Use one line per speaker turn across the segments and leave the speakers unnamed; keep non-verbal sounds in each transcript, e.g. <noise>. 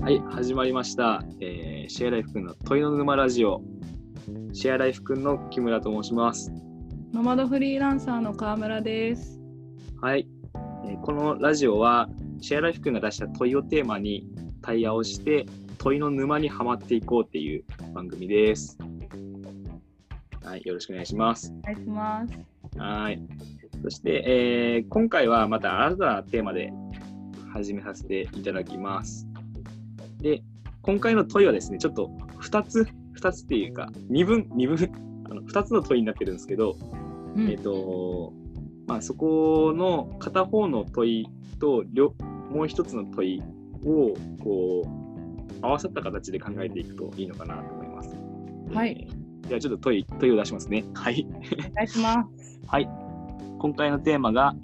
はい、始まりました。えーシェアライフくんの問いの沼ラジオ。シェアライフくんの木村と申します。
ノマドフリーランサーの川村です。
はい、えーこのラジオはシェアライフくんが出した問いをテーマにタイヤをして問いの沼にはまっていこうっていう番組です。はい、よろしくお願いします。
お願いします。
はい。そして、えー今回はまた新たなテーマで始めさせていただきます。で、今回の問いはですね、ちょっと2つ、2つっていうか、2分、2分、あの2つの問いになってるんですけど、
うん
えっ、と、まあ、そこの片方の問いと両、もう一つの問いを、こう、合わさった形で考えていくといいのかなと思います。
はい
えー。じゃあ、ちょっと問い、問いを出しますね。はい。
お願いします。
はい。今回のテーマが、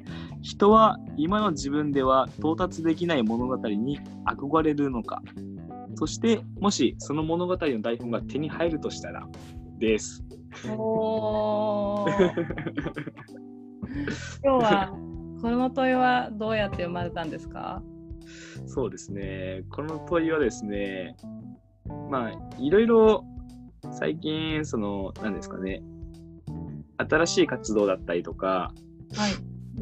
人は今の自分では到達できない物語に憧れるのか。そして、もしその物語の台本が手に入るとしたら、です。
お <laughs> ー今日はこの問いはどうやって生まれたんですか？
そうですね。この問いはですね、まあ、いろいろ最近、その、何ですかね、新しい活動だったりとか、
はい。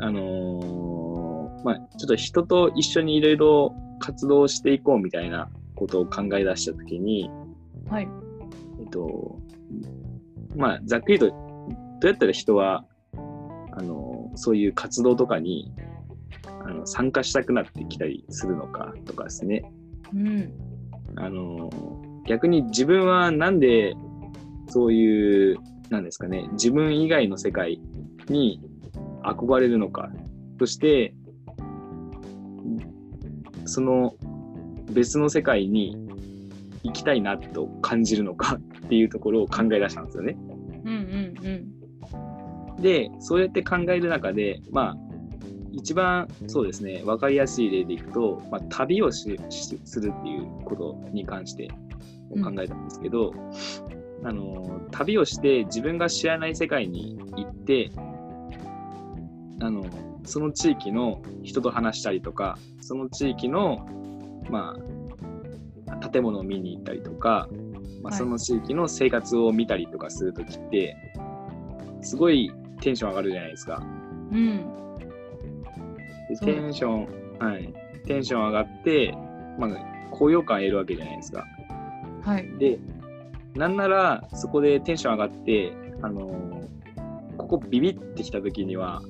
あのーまあ、ちょっと人と一緒にいろいろ活動していこうみたいなことを考え出したときに、
はい。
えっと、まあ、ざっくりと、どうやったら人は、あの、そういう活動とかに、あの、参加したくなってきたりするのかとかですね。
うん。
あの、逆に自分はなんで、そういう、なんですかね、自分以外の世界に憧れるのか、そして、その別の世界に行きたいなと感じるのかっていうところを考え出したんですよね。
うんうんうん。
でそうやって考える中でまあ一番そうですね分かりやすい例でいくと、まあ、旅をししするっていうことに関して考えたんですけど、あの旅をして自分が知らない世界に行ってあのその地域の人と話したりとかその地域の、まあ、建物を見に行ったりとか、まあ、
はい
その地域の生活を見たりとかするときって、すごいテンション上がるじゃないですか。
うん。
で
そう
テンション、はい、テンション上がって、まあ、高揚感得るわけじゃないですか。
はい。
で、なんならそこでテンション上がって、あのーここビビってきた時には、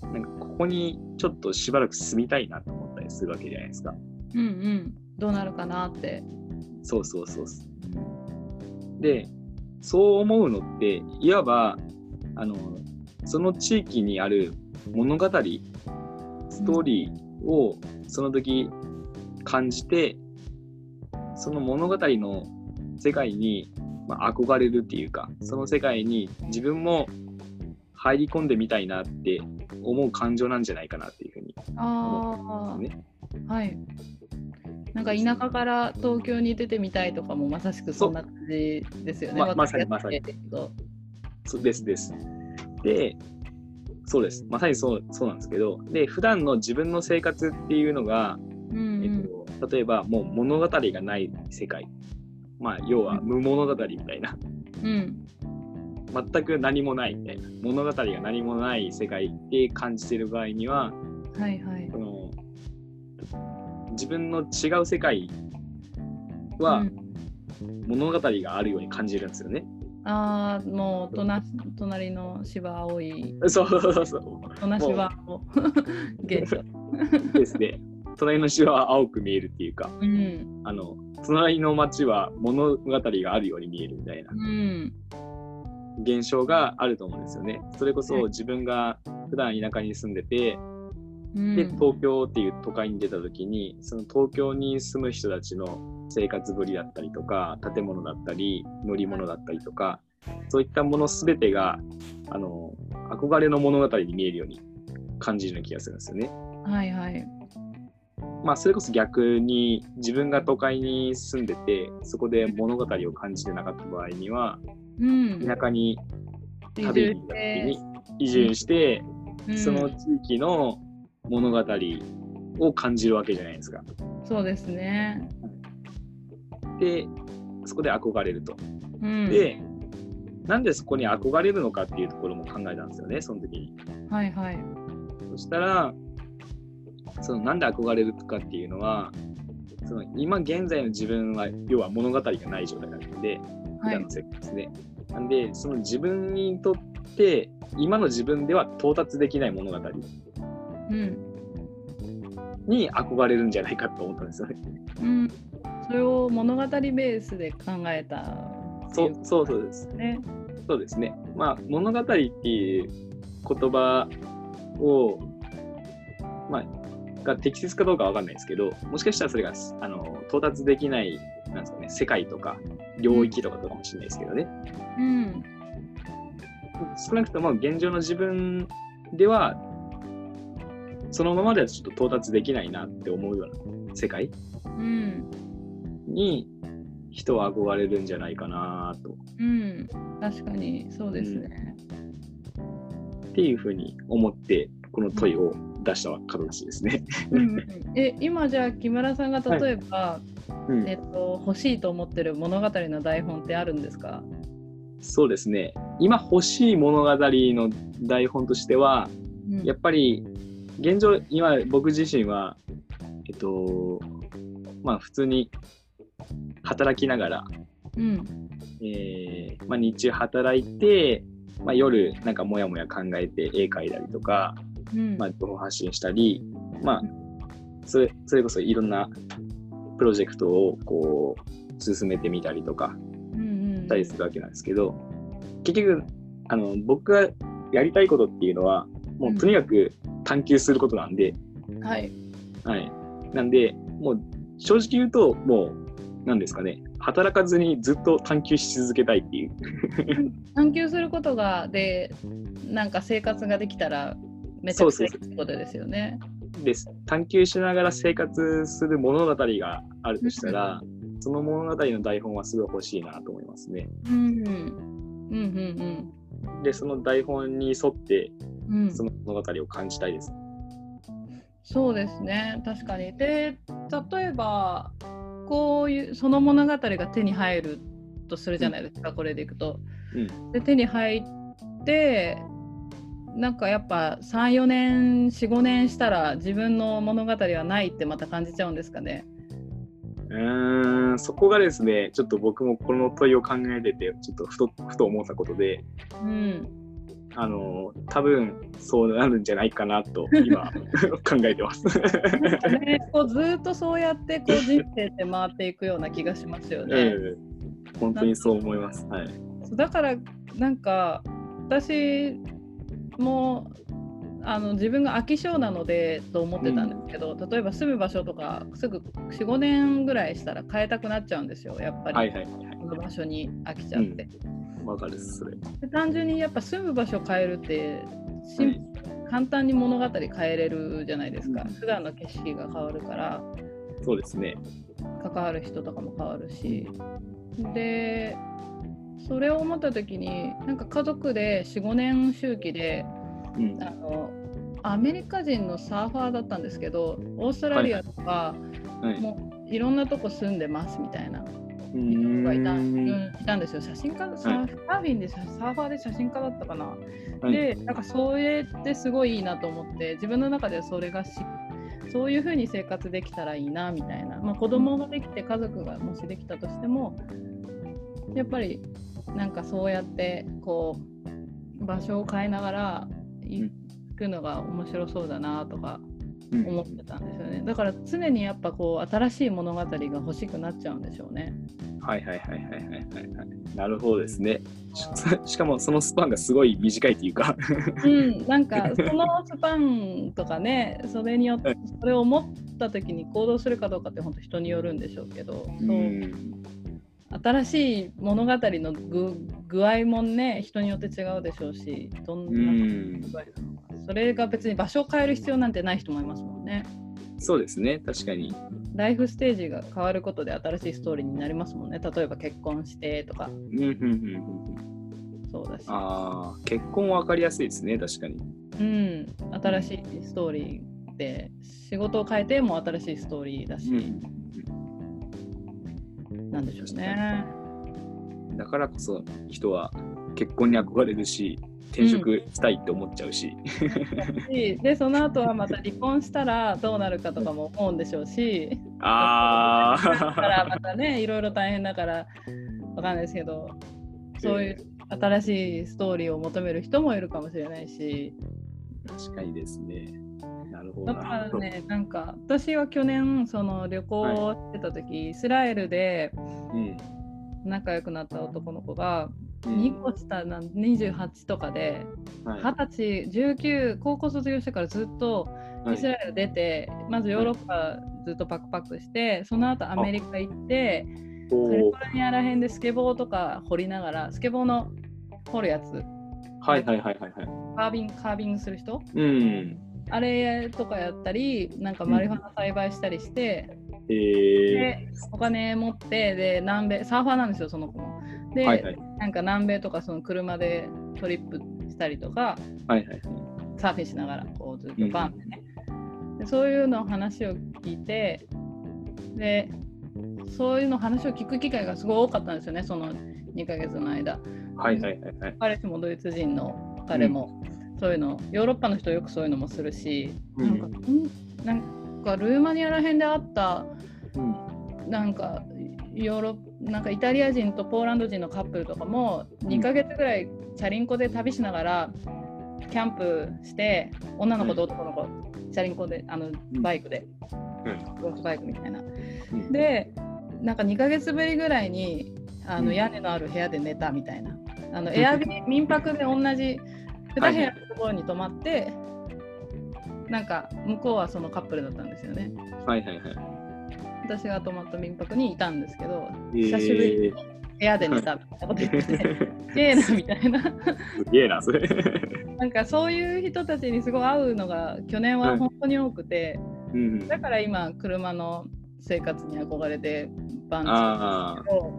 なんかここにちょっとしばらく住みたいなと思ったりするわけじゃないですか。
うんうん。どうなるかなって。
そうそうそうそう。でそう思うのっていわばあのその地域にある物語ストーリーをその時感じてその物語の世界に、まあ憧れるっていうかその世界に自分も入り込んでみたいなって思う感情なんじゃないかなっていうふうに
ああ、
ね
はい。なんか田舎から東京に出てみたいとかもまさしくそんな感じですよね。
そうま
わかりやす
まさに
いですけど
そうですです。で、そうです。まさにそうそうなんですけど、で、普段の自分の生活っていうのが、
うん
えっと、例えばもう物語がない世界。まあ、要は無物語みたいな。
うん。うん。
全く何もないみたいな。物語が何もない世界って感じてる場合には、
はいはい
そ。の自分の違う世界は
うん
物語があるように感じるんですよね。
ああ、もう隣隣の芝青い、
そうそうそうそう。
隣芝
<laughs>
を現象。
です
<laughs>
ね。隣の島は青く見えるっていうか。
うん、
あの隣の町は物語があるように見えるみたいな
うん、
現象があると思うんですよね。それこそ
はい
自分が普段田舎に住んでて、
うん。
で東京っていう都会に出た時にその東京に住む人たちの生活ぶりだったりとか建物だったり乗り物だったりとかそういったもの全てがあの憧れの物語に見えるように感じるような気がするんですよね。
はいはい。
まあ、それこそ逆に自分が都会に住んでてそこで物語を感じてなかった場合には
うん。
田舎に
移
旅
住
に行っ
した
時
て
に移住して、
うん
その地域の物語を感じるわけじゃないですか。
そうですね。
でそこで憧れると。
うん、
でなんでそこに憧れるのかっていうところも考えたんですよねその時に。
はいはい。
そしたらそのなんで憧れるかっていうのはその今現在の自分は要は物語がない状態なので普
はい
段の生活で。なんでその自分にとって今の自分では到達できない物語
うん
に憧れるんじゃないかと思ったんですよね。
うん、それを物語ベースで考えたって
そ
いううこ
そうそうです
とね。
そうですね。まあ物語っていう言葉を、まあ、が適切かどうかわかんないですけど、もしかしたらそれがあの到達できないなんですか、ね、世界とか領域とかとかもしれないですけどね、
うん
少なくとも現状の自分ではそのままではちょっと到達できないなって思うような世界
うん
に人は憧れるんじゃないかなと
うん、確かにそうですね。
っていうふうに思ってこの問いを出した形ですね。
うんうんえ今じゃあ木村さんが例えば、
うん
えっと、欲しいと思ってる物語の台本ってあるんですか
<laughs> そうですね今欲しい物語の台本としてはやっぱり現状今僕自身はえっとまあ普通に働きながら、
うん
えーまあ、日中働いて、まあ、夜なんかモヤモヤ考えて絵描いたりとか、
うん
まあ、情報発信したり、まあ、それそれこそいろんなプロジェクトをこう進めてみたりとか
うんうん
ったりするわけなんですけど結局あの僕がやりたいことっていうのはもうとにかく探求することなんで、
はい
はい、なんでもう正直言うともう何ですかね働かずにずっと探求し続けたいっていう
探求することがでなんか生活ができたらめちゃくちゃいいってことですよね。
です探求しながら生活する物語があるとしたらその物語の台本はすごい欲しいなと思いますね。
うんうんうん
でその台本に沿って
うんうん
その物語を感じたいです。
そうですね確かに。で例えばこういうその物語が手に入るとするじゃないですか、これでいくと。
うん
で手に入ってなんかやっぱ34年45年したら自分の物語はないってまた感じちゃうんですかね。
うーんそこがですねちょっと僕もこの問いを考えててちょっとふとふと思ったことで
うん、
あの多分そうなるんじゃないかなと
<laughs>
今考えてます
なんかねこうずーっとそうやってこう人生って回っていくような気がしますよね。
うん本当にそう思いますはい
そうだからなんか私もあの自分が飽き性なのでと思ってたんですけど、例えば住む場所とかすぐ45年ぐらいしたら変えたくなっちゃうんですよやっぱり、
はいはいはいはい
この場所に飽きちゃって、で
わかるっすそれ
単純にやっぱ住む場所変えるってシン
はい
簡単に物語変えれるじゃないですか、
うん
普段の景色が変わるから
そうですね
関わる人とかも変わるしでそれを思った時になんか家族で45年周期で
うん
あのアメリカ人のサーファーだったんですけどオーストラリアとか、
はい
もういろんなとこ住んでますみたいな
うー
人がいた,、うん
ん
いたんですよ写真家サーフサーフィンでサーファーで写真家だったかな、
はい
でなんかそれってすごいいいなと思って自分の中ではそれがしそういう風に生活できたらいいなみたいな、まあ、子供ができて家族がもしできたとしてもやっぱりなんかそうやってこう場所を変えながら行くのが面白そうだなとか
うん
思ってたんですよねだから常にやっぱこう新しい物語が欲しくなっちゃうんでしょうね。
はいはいはいはいはいはいはいなるほどですねししかもそのスパンがすごい短いっていうか
うん、なん
<laughs>
かそのスパンとかねそれによってそれを思った時に行動するかどうかって本当人によるんでしょうけど、
う
そ
ん
う新しい物語の具具合もね人によって違うでしょうしど
う
んな具
ん
合なのか、それが別に場所を変える必要なんてない人もいますもんね
そうですね確かに
ライフステージが変わることで新しいストーリーになりますもんね例えば結婚してとか
うんうんうんうんうん
そうだし、
ああ、結婚は分かりやすいですね、確かに。
うん、新しいストーリーで仕事を変えても新しいストーリーだし。
うん
なんでしょうね。
だからこそ人は結婚に憧れるし転職したいって思っちゃうし、
でその後はまた離婚したらどうなるかとかも思うんでしょうし
あ
だか
あ
らまたねいろいろ大変だからわかんないですけどそういう新しいストーリーを求める人もいるかもしれないし
確かにですねなるほど
だ
な
からねなんか私は去年その旅行をしてた時、イスラエルで
うん
仲良くなった男の子が
うん
2個下なん28とかで
はい
二十歳19高校卒業してからずっと
はい
イスラエル出て、まずヨーロッパずっとパックパックしてその後アメリカ行ってカリフ
おー
ォルニアら辺でスケボーとか掘りながらスケボーの掘るやつ
はいはいはいはいはい
カービングカービングする人
うん
あれとかやったりなんかマリファナ栽培したりして、
えー、
でお金持ってで南米サーファーなんですよその子も。で、
はいはい
なんか南米とかその車でトリップしたりとか
はいはい
サーフィンしながらこうずっとバンでね、でそういうの話を聞いてでそういうの話を聞く機会がすごい多かったんですよねその2ヶ月の間
はいはいはいはい
彼氏もドイツ人の彼もそういうの、ヨーロッパの人よくそういうのもするし、
うん
なんかんなんかルーマニアら辺であった
うん
なんかヨーロッなんかイタリア人とポーランド人のカップルとかも2ヶ月ぐらいチャリンコで旅しながらキャンプして女の子と男の子、チャリンコであの
うん
バイクで、
ん
ロードバイクみたいな。
うん
でなんか2ヶ月ぶりぐらいにあ
う
の
ん
屋根のある部屋で寝たみたいな。あのエアビー民泊で同じ2部屋のところに泊まって、なんか向こうはそのカップルだったんですよね。
はいはいはい
私が泊まった民泊にいたんですけど、
えー
久しぶりに部屋で寝たみたいなこと言ってて、 <laughs> ゲイなみたいな、
すげえなそれ
なんかそういう人たちにすごい会うのが去年は本当に多くて、
うん
だから今、車の生活に憧れてバン
あ
チを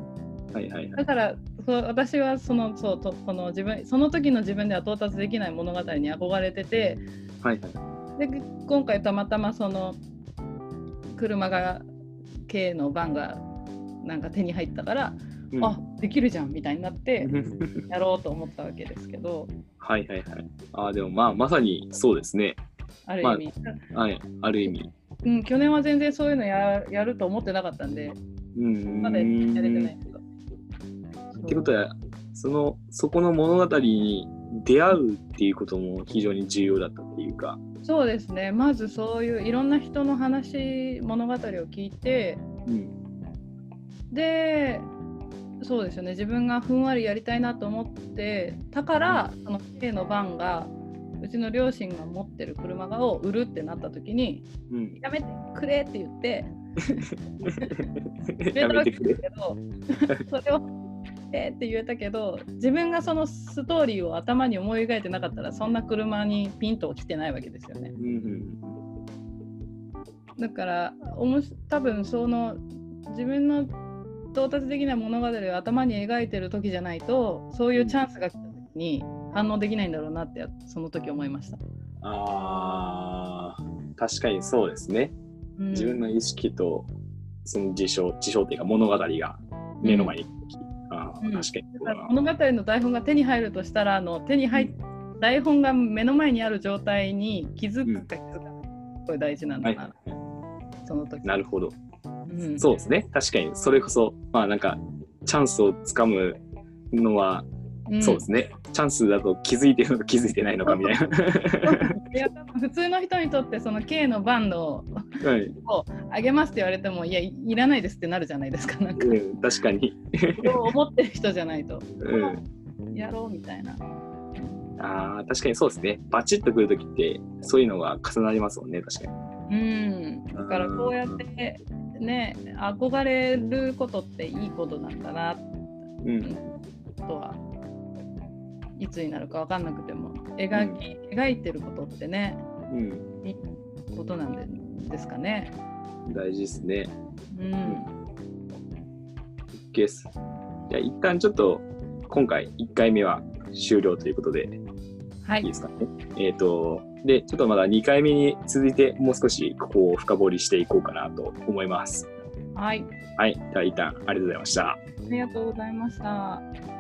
あはいはいは
だ
い
からそう私はそのそうとこの自分その時の自分では到達できない物語に憧れてて、
はいはい
で今回たまたまその車が軽のバンがなんか手に入ったから、
うん
あできるじゃんみたいになって
うん
やろうと思ったわけですけど
はいはいはいああでもまあまさにそうですね
ある意味、
はいある意味
うん、去年は全然そういうのややると思ってなかったんで
うん
まだやれてないけど。
ってことはそのそこの物語に出会うっていうことも非常に重要だったっていうか、
そうですねまずそういういろんな人の話物語を聞いて
うん、
でそうですよね自分がふんわりやりたいなと思ってだからその K のバンがうちの両親が持ってる車を売るってなった時に
うん、
やめてくれって言って言え
や
た
め
わ
て
け
く
で
れ
すけどそれを「えーって言えたけど自分がそのストーリーを頭に思い描いてなかったらそんな車にピンと来てないわけですよね
うんうん
だからおもし多分その自分の到達できない物語を頭に描いてる時じゃないとそういうチャンスが来た時に反応できないんだろうなってその時思いました、
あー確かにそうですね、
うん
自分の意識とその事象事象っていうか物語が目の前に来た時、あー
う
確か
ん
にそうだな、
物語の台本が手に入るとしたらあの手に入っ台本が目の前にある状態に気づくか気づかないかこれ大事なん
は
だ
い
な、
はいは
その時
い、なるほど、
うん
そうですね確かにそれこそまあなんかチャンスをつかむのは
うん
そうですね、チャンスだと気づいてるのか気づいてないのかみた
<laughs>
い
いや多分 <laughs> 普通の人にとってその K のバンドを
な、はい
あげますって言われてもいやいいらないですってなるじゃないですか
<laughs>
なんか
うん、確かに、
そう思ってる人じゃないと
うん、
やろうみたいな
あー確かにそうですねバチッとくるときってそういうのが重なりますもんね確かに
うんだからこうやってね憧れることっていいことなんだな
うん
とはいつになるか分かんなくても描き、描いてることってね
うん
いいことなんでですかね。
大事ですね
うん、
OK ですじゃあ一旦ちょっと今回1回目は終了ということで
はい
い
い
ですかねえっ、とでちょっとまだ2回目に続いてもう少しここを深掘りしていこうかなと思います
はい、
はい、では一旦ありがとうございました。
ありがとうございました。